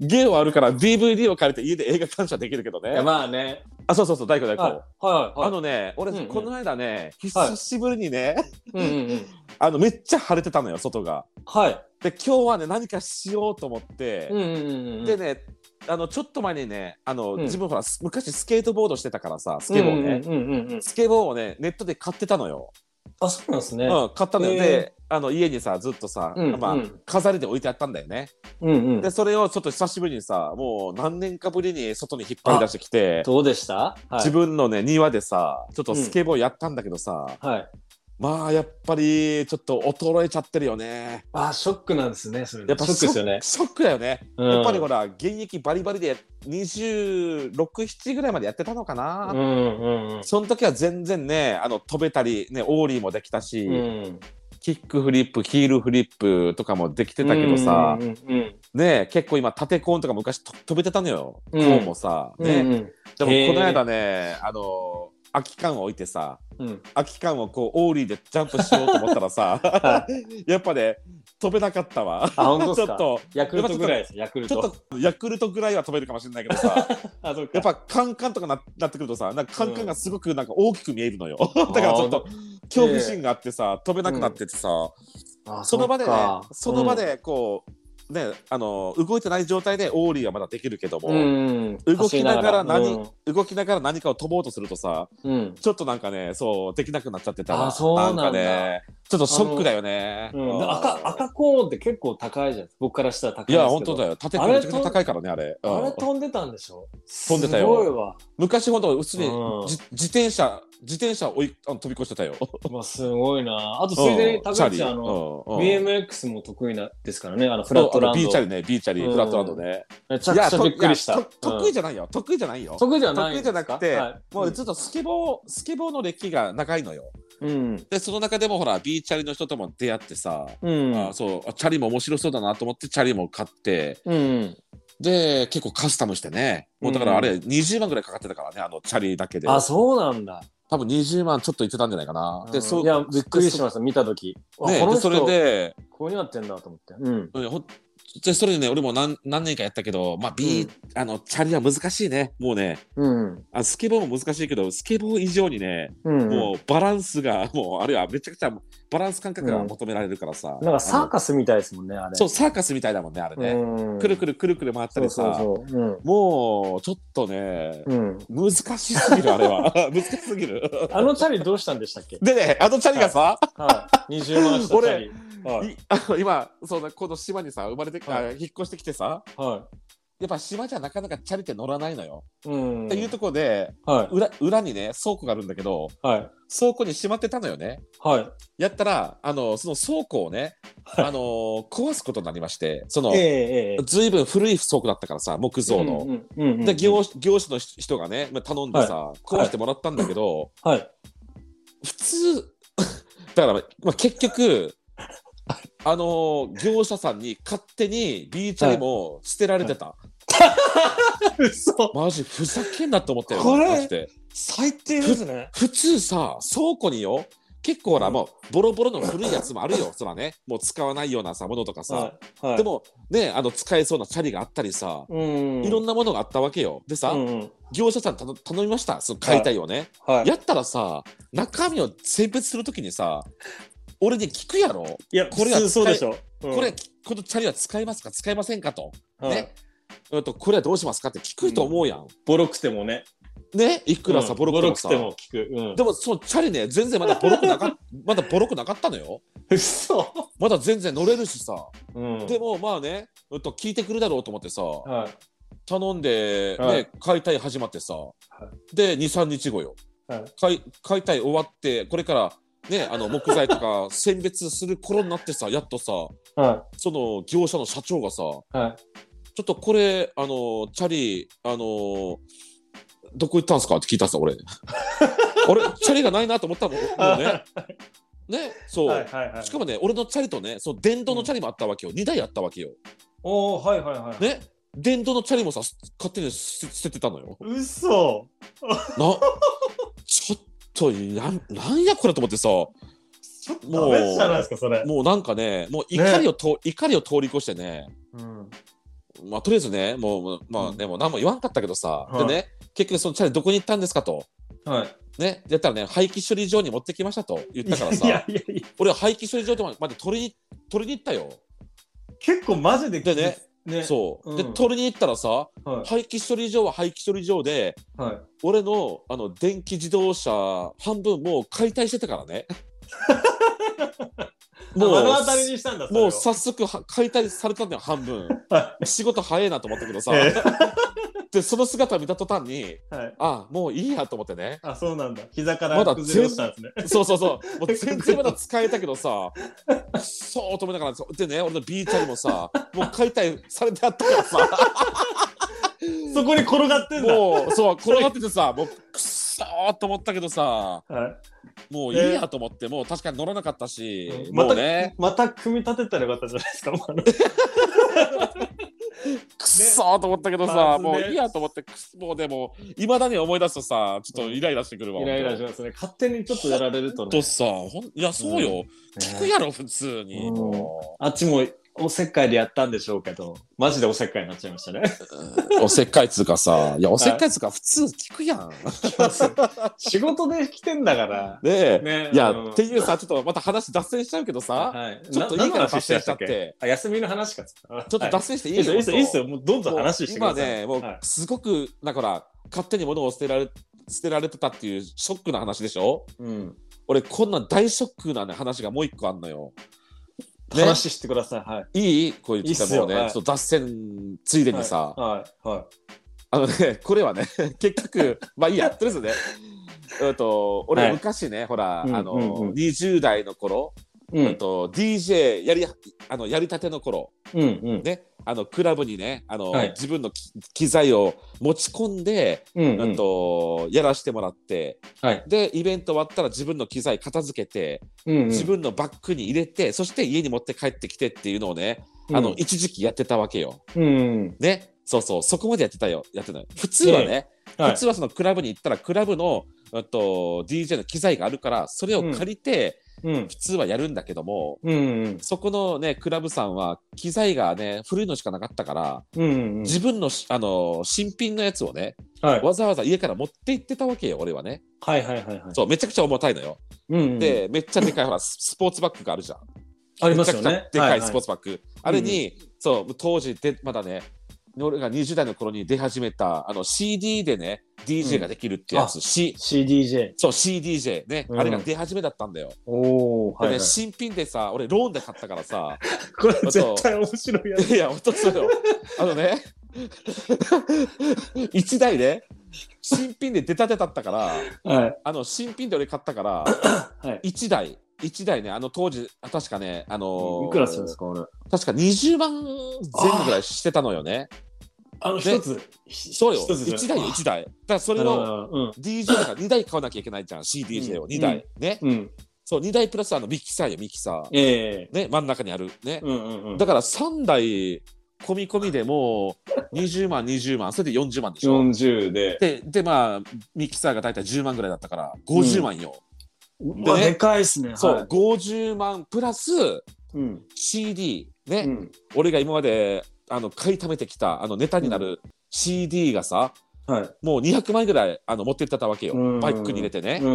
ゲオはあるから DVD を借りて家で映画鑑賞できるけどいやね。まあね。あ、そうそうそう、大悟大はい、悟。はい、はい。あのね、俺、うんうんこの間ね、はい久しぶりにね、うんうんうん。あのめっちゃ晴れてたのよ外が。はい。で今日はね何かしようと思って、うんうんうんうん。でねあのちょっと前にねあの、うん自分ほらす昔スケートボードしてたからさスケボーね、うんうんうんうん。スケボーをねネットで買ってたのよ、あ、そうなんですね。うん、買ったのよ、へーであの家にさずっとさ、うんまあうん飾りで置いてあったんだよね、うんうんで。それをちょっと久しぶりにさもう何年かぶりに外に引っ張り出してきて、 <laughs> どうでしたはい。自分のね庭でさちょっとスケボーやったんだけどさ、はい。まあやっぱりちょっと衰えちゃってるよねあ、ショックなんですね。それやっぱショックですよね。ショックだよねうんやっぱりほら現役バリバリで26、7ぐらいまでやってたのかな、うんうんうん。その時は全然ねあの飛べたり、ね、オーリーもできたし、うん、キックフリップヒールフリップとかもできてたけどさう、んうんね、結構今縦コーンとか昔と飛べてたのよ、うんコーンもさ、うん、ねうんでへもーこの間ねあの空き缶を置いてさうんうん、空き缶をこうオーリーでジャンプしようと思ったら <laughs> さやっぱね飛べなかったわ。あ、本当ちで <laughs> すょっか。とヤクルトぐらいです。ヤクルちト。ょっとヤクルトぐらいは飛べるかもしれないけ <laughs> どさあ、そうか。やっぱカンカンとかななってくるとさなんかカンカンがすごくなんか大きく見えるのよ、 <laughs> だからちょっと恐怖心があってさ飛べなくなっててさ、あその場でねっかその場でこう、ねあの動いてない状態でオーリーはまだできるけども、うん、動きながら何走動きながら何かを飛ぼうとするとさりながらうんちょっとなんかねそうできなくなっちゃってたわあそうなんだかねちょっとショックだよね、うんうんうんで赤赤コーンって結構高いじゃん僕からしたら高いいんですけどや本当だよ縦めちゃくちゃ高いからねあれうんあれ飛んでたんでしょ飛んでたよすごいわ、昔ほど普通にうんじ自転車自転車を追いあの飛び越してたよ。まあ、すごいなあとついでにうん高チャリ市あのうんうん BMX も得意なですからねあのフそうラットラあのン B チャドリね B チャリうんフラットランドね。めちゃくちゃとびっくりしたいやと得意じじゃないよ得意じゃないよゃ。得意じゃない得意じゃなくて、もうずょっとスケボースケボーの歴が長いのよ。うんでその中でもほら B チャリの人とも出会ってさ。うんあそうあチャリも面白そうだなと思ってチャリも買ってうんで結構カスタムしてねもうだからあれう20万ぐらいかかってたからねあのチャリだけであそうなんだ多分20万ちょっといってたんじゃないかな。うんで、そういや、びっくりしました、見たとき。あね、こので人それで、こういうのやってんだと思って。うん。うんほんでそれでね、俺も何何年かやったけど、まあ、B、うんあの、チャリは難しいね。もうね、うん。あスケボーも難しいけど、スケボー以上にね、うん。もうバランスが、 <laughs> もう、あるいはめちゃくちゃバランス感覚が求められるからさ。なんかサーカスみたいですもんね、あれ。そう、サーカスみたいだもんね、あれね。うんくるくるくるくる回ったそうりさ、そうそう。もうちょっとね、うん。 <laughs> うん。難しすぎる、あ <laughs> れは。難しすぎる。あのチャリどうしたんでしたっけでね、あのチャリがさ、 <laughs> はい。20万したチャ <laughs> リ。はい。いあの <laughs> 今、そうだこの島にさ、生まれて、あはい引っ越してきてさ、はやっぱ島じゃなかなかチャリって乗らないのよ。い。うん。っていうところで、はい。裏裏にね、倉庫があるんだけど、はい。倉庫にしまってたのよね。はやったら、あのその倉庫をね、はあいの壊すことになりまして、そのい。ええ、ええ。ずいぶん古い倉庫だったからさ、木造の。うんうんうんうんで業業者の人がね、まあ頼んでさ、壊してもらったんだけど、 <laughs> はい。普通 <laughs> だから、まあ、結局あのー業者さんに勝手に B チャリも捨てられてた、嘘マジふざけんなと思ったよこれマジで最低ですね。普通さ倉庫によ結構ほら、うんもうボロボロの古いやつもあるよそ <laughs> らねもう使わないようなさものとかさ、はい。はい。で、もねあの使えそうなチャリがあったりさ、うん。いろんななものがあったわけよでさ、うんうん。業者さんたの頼みましたその解体をね、はい。やったらさ中身を選別するときにさ俺に聞くやろ、いや、ここれれはそうでしょ。うんこれ、このチャリは使えますか使えませんかと、はいねうんとこれはどうしますかって聞くと思うやん、ボロくてもね。ねいくらさ、うんボロくてもさボロくても聞く。うん。でもそのチャリね全然まだボロくなかっ <laughs> まだボロくなかったのよ嘘。まだ全然乗れるしさ、うん。でもまあね、うん、と聞いてくるだろうと思ってさはい。頼んで、ねはい解体始まってさ、で23日後よはい。解解体終わってこれからねあの木材と <laughs> か選別する頃になってさやっとさはその業者の社長がさい。はい。ちょっとこれあのチャリあのどこ行ったんすかって聞いたさ <laughs> 俺俺チャリがないなと思ったもんも <laughs> うねねそう、はいはいはい。しかもね俺のチャリとねその電動のチャリもあったわけよ、2台あったわけよおおはいはいはい。ね電動のチャリもさす勝手に捨て捨ててたのよ嘘。なちょっとなんなんやこれと思ってちさょっともうダメじゃないですかそれ。もうなんかね、もう怒りをと、怒りを通り越してね、うん。まあ、とりあえずね、もう、まうあ、んでも何も言わんかったけどさ、はいでね、結局そのチャリどこに行ったんですかと、はい。ね、やったらね、廃棄処理場に持ってきましたと言ったからいやさ、いやいや。俺は廃棄処理場まで取りに、取りに行ったよ。結構マジで。でね。ね。そう。でう、ん取りに行ったらさ、う。はい。廃棄処理場は廃棄処理場で、はい。俺のあの電気自動車半分もう解体してたか <laughs> らね。もう目の当たりもにしたんだ。それをう早速は解体されたんだよ半分。は仕事早いなと思ったけどさ、え <laughs> でその姿見た途端にいはい。あもういいやと思ってねあそうなんだ。膝かまだら崩れ落ちたんですね。そうそうそうもう全然まだ使えたけどさそうと思いながらそうでね俺の B チャリもさもう解体されてあったからさそこに転がってんだ。もうそう転がっててさもうくっそーと思ったけどさはい。もういいやと思ってもう確かに乗らなかったし、まもうたねまた組み立てたらよかったじゃ <laughs> ないですか。もうあのくっそーと思ったけどパさ、ーツねもういいやと思ってくっもうでもいまだに思い出すとさちょっとイライラしてくるわイライラしますね。勝手にちょっとやられるととね。さほんいやそうよ、聞くやろ普通に、うんも <laughs> あっちもおせっかいでやったんでしょうけど、マジでおせっかいになっちゃいました <laughs> ね。うおせっかいつうかさいやおせっかいつうか普通聞くやん。仕事で来てんだから。ねえねいや、うんっていうさちょっとまた話脱線しちゃうけどさはい、ちょっといいから発生しちゃっ。てあ、休みの話か。ちょっちょっと出脱す線していいいいですよ、いいですよ、いいで本当すよ。もうどんどん話してください。今ねもはいうすごくだから勝手に物を捨てられ捨てられてたっていうショックな話でしょうん俺こんな大ショックな、ね、話がもう一個あんのよ。ね話してください。はい。いいこういういいっすもようね、はいちょっと脱線ついでにさ、はい。はあのね、これはね、 <laughs> 結局、まあいいや、とりあえずね、うんとは俺、い昔ね、ほら、うんあの、うんうん20代の頃、い。ううん。と DJ やりあのやりたての頃うん。うん。ね、あのクラブにね、あのはい自分のき機材を持ち込んで、うんうん。とやらしてもらって、はいで、イベント終わったら自分の機材片付けて、うん。自分のバッグに入れて、そして家に持って帰ってきてっていうのをね、うんあの、一時期やってたわけよ。うん。ね、そうそう、そこまでやってたよ、やってたよ。普通はね、はい普。通はそのクラブに行ったらクラブのあと DJ の機材があるからそれを借りてうん普通はやるんだけども、うんそこのねクラブさんは機材がね古いのしかなかったからうんうんうん自分のしあの新品のやつをねはいわざわざ家から持って行ってたわけよ俺はねはいはいはいはいそうめちゃくちゃ重たいのよ、うんうんでめっちゃでかいほらススポーツバッグがあるじゃんありますよめちゃねくちゃでかはいスポーツバッグ、あれに、そう当時でまだね俺が20代の頃に出始めたあの CD でね DJ ができるってやつ、うは C い CDJ そう CDJ ね、うんあれが出始めだったんだよ、おおではい、はねい、新品でさ俺ローンで買ったからさ <laughs> これ絶対面白いやついや落とすよあ <laughs> のね一台ね新品で出たてだったからはいあの新品で俺買ったから <coughs> はい1台1台ねあの当時確かねあのーいくらするんですか俺確か20万前後ぐらいしてたのよねあので一つひそうよ一つじゃない1台よ1台だからそれなるほどをなるほど DJ だから2台買わなきゃいけないじゃん CDJ を2台、ねうんうんそう2台プラスあのミキサーよミキサーええね真ん中にあるね、うんうんうんだから3台込み込みでもう20万20万それで40万でしょ、 40でででまあミキサーが大体10万ぐらいだったから50万よ、まあでかいっすねそう、はい50万プラスうん CD ね、うん俺が今まであの買い貯めてきたあのネタになる CD がさ、はいもう200枚ぐらいあの持ってってたわけよ、うんバイクに入れてね、う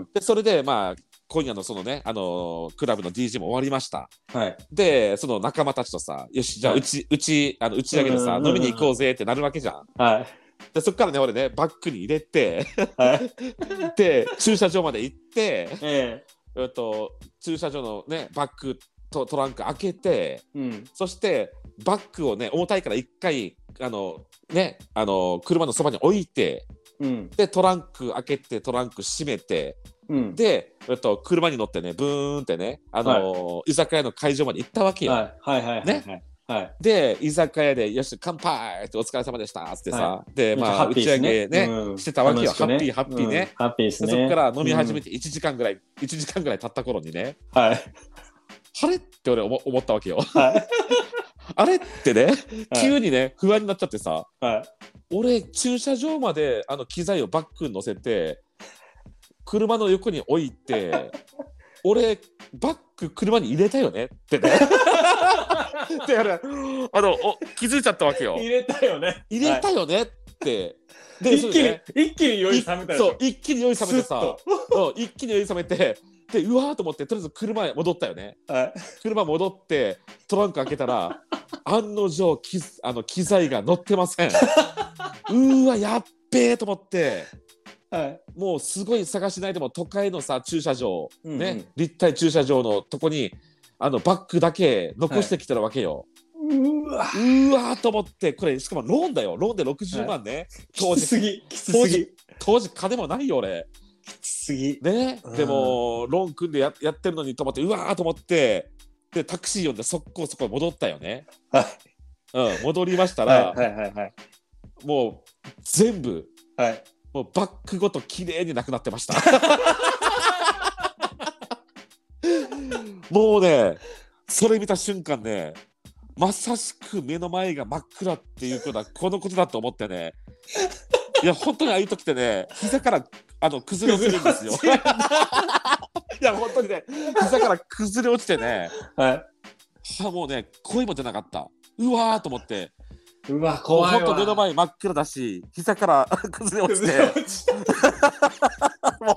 んでそれでまあ今夜のそのね、あのークラブの DJ も終わりましたはいでその仲間たちとさよしじゃあはいうち、うちあの打ち上げでさ、うん飲みに行こうぜってなるわけじゃんはいでそっからね俺ねバッグに入 <laughs> れてはいで駐車場まで行って、ええっと、駐車場のねバッグとトランク開けてえうんそしてバッグをね重たいから一回あのねあの車のそばに置いてうんでトランク開けてトランク閉めてうんで、えっと、車に乗ってねブーンってねあの、居酒屋の会場まで行ったわけよ、はいはいはいはいはいはいで居酒屋で「よし乾杯!」って「お疲れ様でした」っつってさ、はでめっちゃまハあッ打ピーちで上すねげねうんしてたわけよ、楽しくハッピーハッピーうんね、ハッピーですねでそこから飲み始めて1時間ぐらい、1時間ぐらい経った頃にねうんはいあれって俺思思ったわけよはいあれってねはい急にね不安になっちゃってさ、はい俺駐車場まであの機材をバッグに乗せて車の横に置い <laughs> て俺バッグ車に入れたよねって <laughs> ねってあれあのお気づいちゃったわけよ入れたよね入れたよねって、はいそ一う気にね一気に酔い冷めたでしそょう一気に酔い冷めてスッさとうん一気に酔い冷めてでうわーと思ってとりあえず車へ戻ったよねはい車戻ってトランク開け <laughs> たら案の定きあの機材が乗ってませんうーわやっべえと思ってはいもうすごい探しないでも都会のさ駐車場、うんうんね立体駐車場のとこにあのバッグだけ残してきてるわけよ、うわうーわーと思ってこれしかもローンだよローンで60万ね、当きつ時 <laughs> すぎきつ当す時ぎ当時金もないよ俺きつすぎねうんでもローン組んでややってるのにと思ってうわーと思ってでタクシー呼んで速攻そこに戻ったよねはいうん、戻りましたら、はいはいはいはいもう全部はいもうバックごと綺麗になくなってました <laughs> もうねそれ見た瞬間ねまさしく目の前が真っ暗っていうことはこのことだと思ってねいや本当にああいう時ってね膝からあの崩れ落ちるんですよ <laughs> いや本当にね膝から崩れ落ちてねはあもうね声も出なかったうわーと思っていうわもう怖い本わ当目の前真っ暗だし膝から <laughs> 崩れ落ちて <laughs> 崩れ落ちたも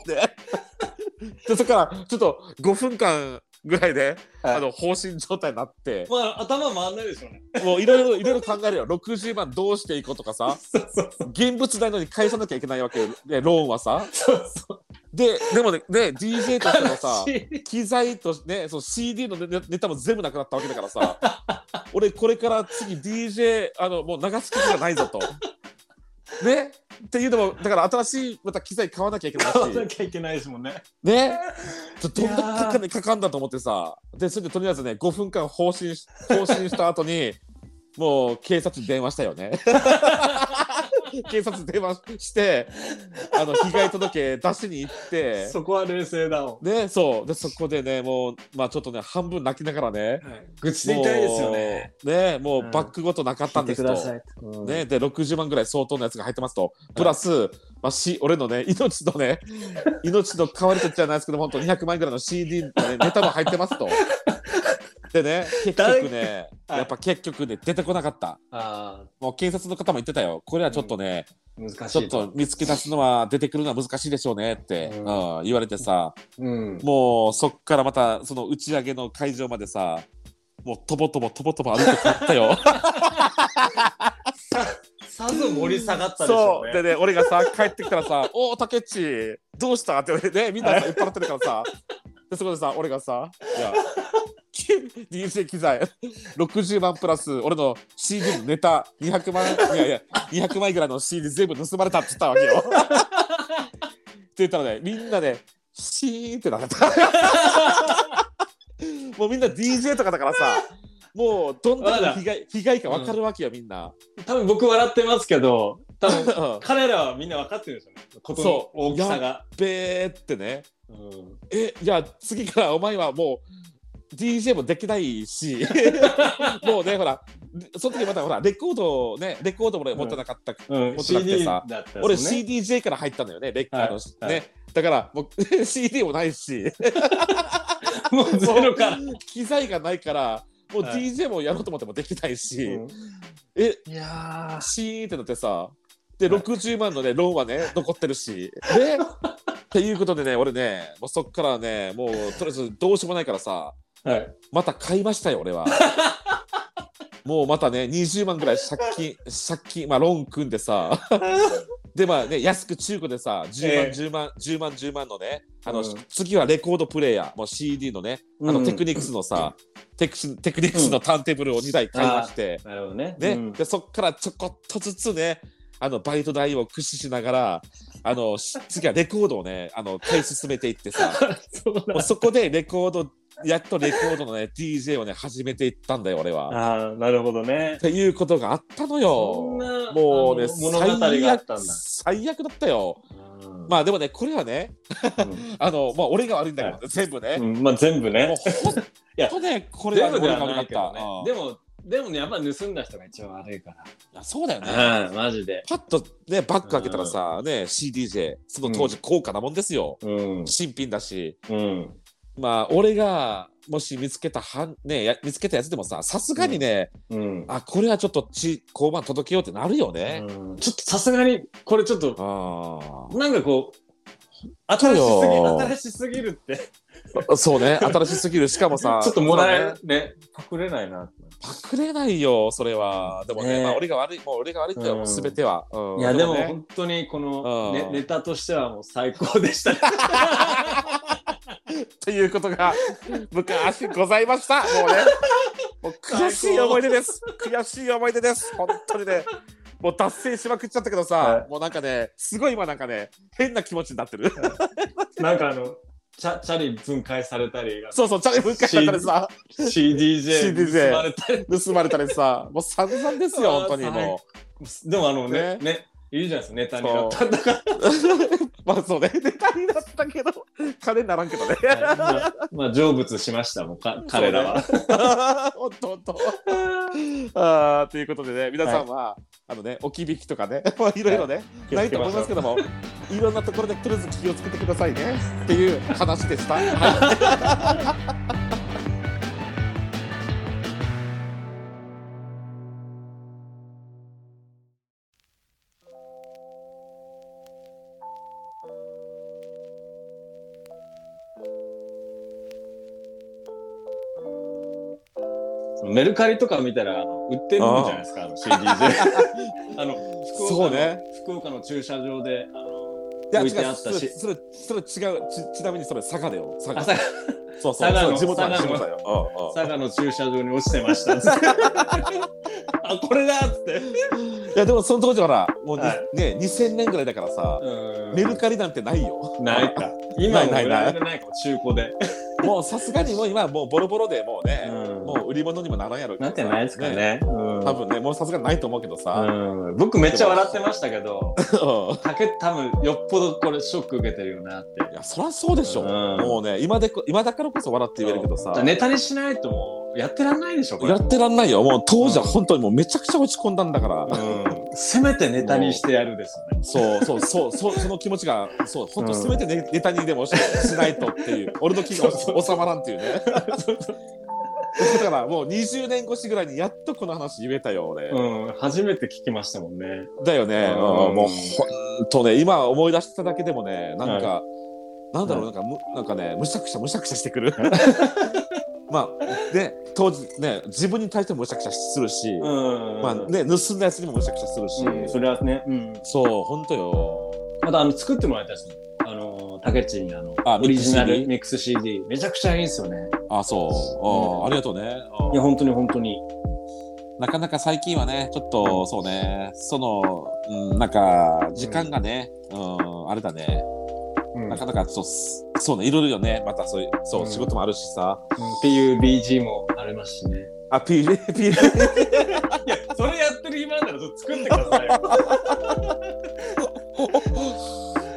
うね <laughs> でそこからちょっと5分間ぐらいで、はいあの放心状態になって <laughs> まあ頭回んないでしょうねもういろいろいろいろ考えるよ60万どうしていこうとかさそうそう現物代のに返さなきゃいけないわけよでローンはさそうそうででもねね DJ としてもさ悲しい機材とねその CD のネネタも全部なくなったわけだからさ <laughs> 俺これから次 DJ あのもう流すことがないぞと。ねっていうのもだから新しいまた機材買わなきゃいけな <laughs> い買わなしきゃいけないですもんねねどどんだけ金かかんだと思ってさでそれでとりあえずね5分間放心し放心した後にもう警察に電話したよね。警察電話してあの被害届出しに行ってそこは冷静だもねそうでそこでねもうまあちょっとね半分泣きながらねん、愚痴でいたいですよね。もうねもうんうバックごとなかったんです聞いとてくださいと。ね、で60万ぐらい相当のやつが入ってますと、プラス、まあ、し俺のね、命の <laughs> ね、命の代わりとじゃないですけど、本当200万円ぐらいの CD の、 <laughs> ね、ネタも入ってますと。でね、結局ね、はいやっぱ結局ね、出てこなかった。ああ、もう警察の方も言ってたよ、これはちょっとね、難しい。ちょっと、見つけ出すのは、出てくるのは難しいでしょうねって、ううんん言われてさ、うん。もうそっからまた、その打ち上げの会場までさ、もうとぼとぼとぼとぼ歩いて帰ったよ。さ、さぞ盛り下がったでしょそううねで。ね俺がさ帰ってきたらさ「 <laughs> おお竹内どうした?」って俺ねみんなさ酔っ払ってるからさでそこでさ俺がさ「いやき DJ 機材60万プラス俺の CD のネタ200万いやいや200枚ぐらいの CD 全部盗まれた」って言ったわけよ。って言ったらねみんなねシーンってなった。もうみんな DJ とかだからさもうどんな被害被害か分かるわけよみんな。多分僕笑ってますけど、多分うん <laughs> 彼らはみんな分かってるんですよね。ことのそう大きさが。べーってねうんえじゃあ次からお前はもう DJ もできな <laughs> いしもうねほらその時またほらレコードをねレコードも俺持ってなかった、うん。持ってなくて CD ださったんですね。俺 CDJ から入ったのよねレッカーの、はいはいねだからもう <laughs> CD もないしもう <laughs> ゼロから。もう機材がないからもうはい DJ もやろうと思ってもできないし、ええいやシーンってなってさではい60万のねローンはね残ってるし <laughs> でっていうことでね俺ねもうそっからねもうとりあえずどうしようもないからさーはいまた買いましたよ俺は <laughs> もうまたね20万ぐらい借金借金まあローン組んで <laughs> さでまあね安く中古でさ10万、ええ10万10万10万のねあの、うん次はレコードプレイヤーもう CD のねあうのんテクニクスのさ、テクシテクニクスのターンテーブルを2台買いまして、なるほどね。ねうんでそっからちょこっとずつねあのバイト代を駆使しながらあのし次はレコードをねあの買い進めていってさそうなんもうそこでレコードやっとレコードのね DJ をね始めていったんだよ俺は。ああ、なるほどねっ。ていうことがあったのそんよ。なもうあねの物語があったんだ。最悪だったよ。うんまあでもねこれはねあのまあ俺が悪いんだけど、は全部うね。んまあ全部もね。うほんやとねこれは全ね部で俺はが悪なかいっけどた。ね。うんでも、でもね、やっぱ盗んだ人が一番悪いかいやそうだよね。ら。うん、マジで。パッとねバッグ開けたらさね CDJ その当時高価なもんですよ。うん。新品だしうん。まあ俺がもし見つけたはんねや見つけたやつでもささすがにね、うん。あこれはちょっとち交番届けようってなるよね。うんちょっとさすがに、これちょっと、あなんかこう、そう新しすぎ、よ新しすぎるって。ちあそう <laughs> ね新しすぎるしかもさょっともらえそうるねね。隠れないな。パクれないよそれはでもねねまあ、俺が悪いもう俺が悪いってうよんすべては、うんいや、でもね本当にこのねうんネタとしてはもう最高でした。ということ <laughs> が昔ございましたもうねもう悔しい思い出です悔しい思い出です本当にねもう脱線しまくっちゃったけどさ、はいもうなんかねすごい今なんかね変な気持ちになってる <laughs> なんかあの、チャチャリ分解されたり、そう <laughs> そうチャレンジ分解されたりさ CDJ 盗 CDJ まれたり。盗まれたりさもう散々ですよ本当にもう。でもあのね、ねね、いいじゃないですか、ネタになったんだから。まあそうね、ネタになったけど、金にならんけどね。まあ、まあ成仏しましたもんか彼らは。ほんとほんと。あーということでね、皆さんは、あのね、置き引きとかね、 <laughs> まあいろいろね、ないと思いますけども、いろんなところでとりあえず気をつけてくださいねっていう <laughs> 話でした。はいメルカリとか見たらあの売ってるんじゃないですか、あの <laughs> CDJ。あの福岡のそうね福岡の駐車場で、あいや、置違いうてあったし、それ、それそれ違う、ちちなみにそれ、佐賀だよ。佐の賀。朝そうそう、佐賀のそう地元だよ、佐地賀の元だよ。うんうん佐賀の駐車場に落ちてま <laughs> したっつってあこれだっつって。いや、でもその当時ほら、もうにはいね、2000年ぐらいだからさ、うんメルカリなんてないよ。ないか。今もないないない売られてないかも中古で。もうさすがにもう今はもうボロボロでもうね、うんもう売り物にもならんやろうけどなさってないですかね。うん多分ねもうさすがにないと思うけどさ、うん、僕めっちゃ笑ってましたけど、うんたけ多分よっぽどこれショック受けてるよなって。いやそりゃそうでしょ、うんもうね今でこ今だからこそ笑って言えるけどさ、だからネタにしないともうやってらんないでしょ、これ。やってらんないよもう当時はうん本当にもうめちゃくちゃ落ち込んだんだから、うん、せめてネタにしてやるですよね。そうそうそうそうその気持ちがそう本当うんすべてネ,、ネタにでもししないとっていう俺の気がそ収まらんっていうね <laughs> だからもう20年越しぐらいにやっとこの話言えたよ俺、うん、初めて聞きましたもんね。だよね、ううんんもうほんとね今思い出しただけでもねなんか、なんだろうなんかむなんかねむしゃくしゃむしゃくしゃしてくる <laughs> まあで当時ね自分に対してもむしゃくしゃするし、うん。まあね盗んだやつにもむしゃくしゃするし、うん、それはね、うん。そうほんとよまたあの作ってもらいたいですね。あのタケチにあのあオリジナルミミックス CD めちゃくちゃいいんですよね。あそう、あーうんありがとうねいや本当に本当に。なかなか最近はねちょっとそうねその、うん、なんか時間がね、うん、あれだねうん、なかなかそうそうねいろいろよねまたそういうそう、うん仕事もあるしさっていう BG もありますしね。あ PJ PJ いやそれやってる今ならちょっと作ってくださいよ。 <laughs>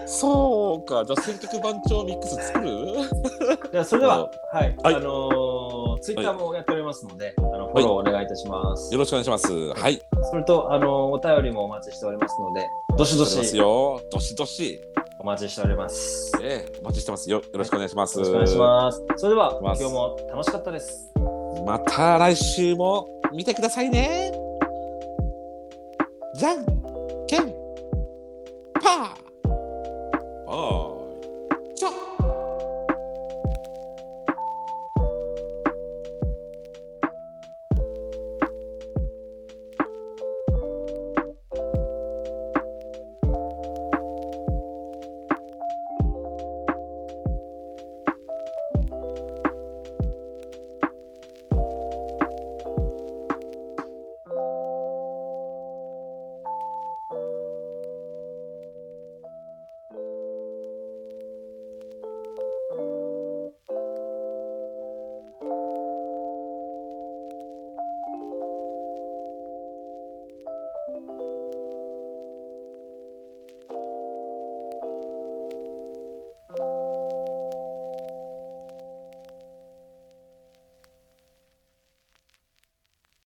そうかじゃあ選曲番長ミックス作る <laughs> じゃあそれでは、はい、はいあのツイッター Twitter もやっておりますので、あのフォローお願いいたします。よろしくお願いしますはいそれとあのお便りもお待ちしておりますので、どしおど願いしますしよどしどし、お待ちしております。よええ、お待ちしてますよよろしくお願いします、ろしくお願いします。それではお願今いし日ますも楽しかったです。また来週も見てくださいねじゃん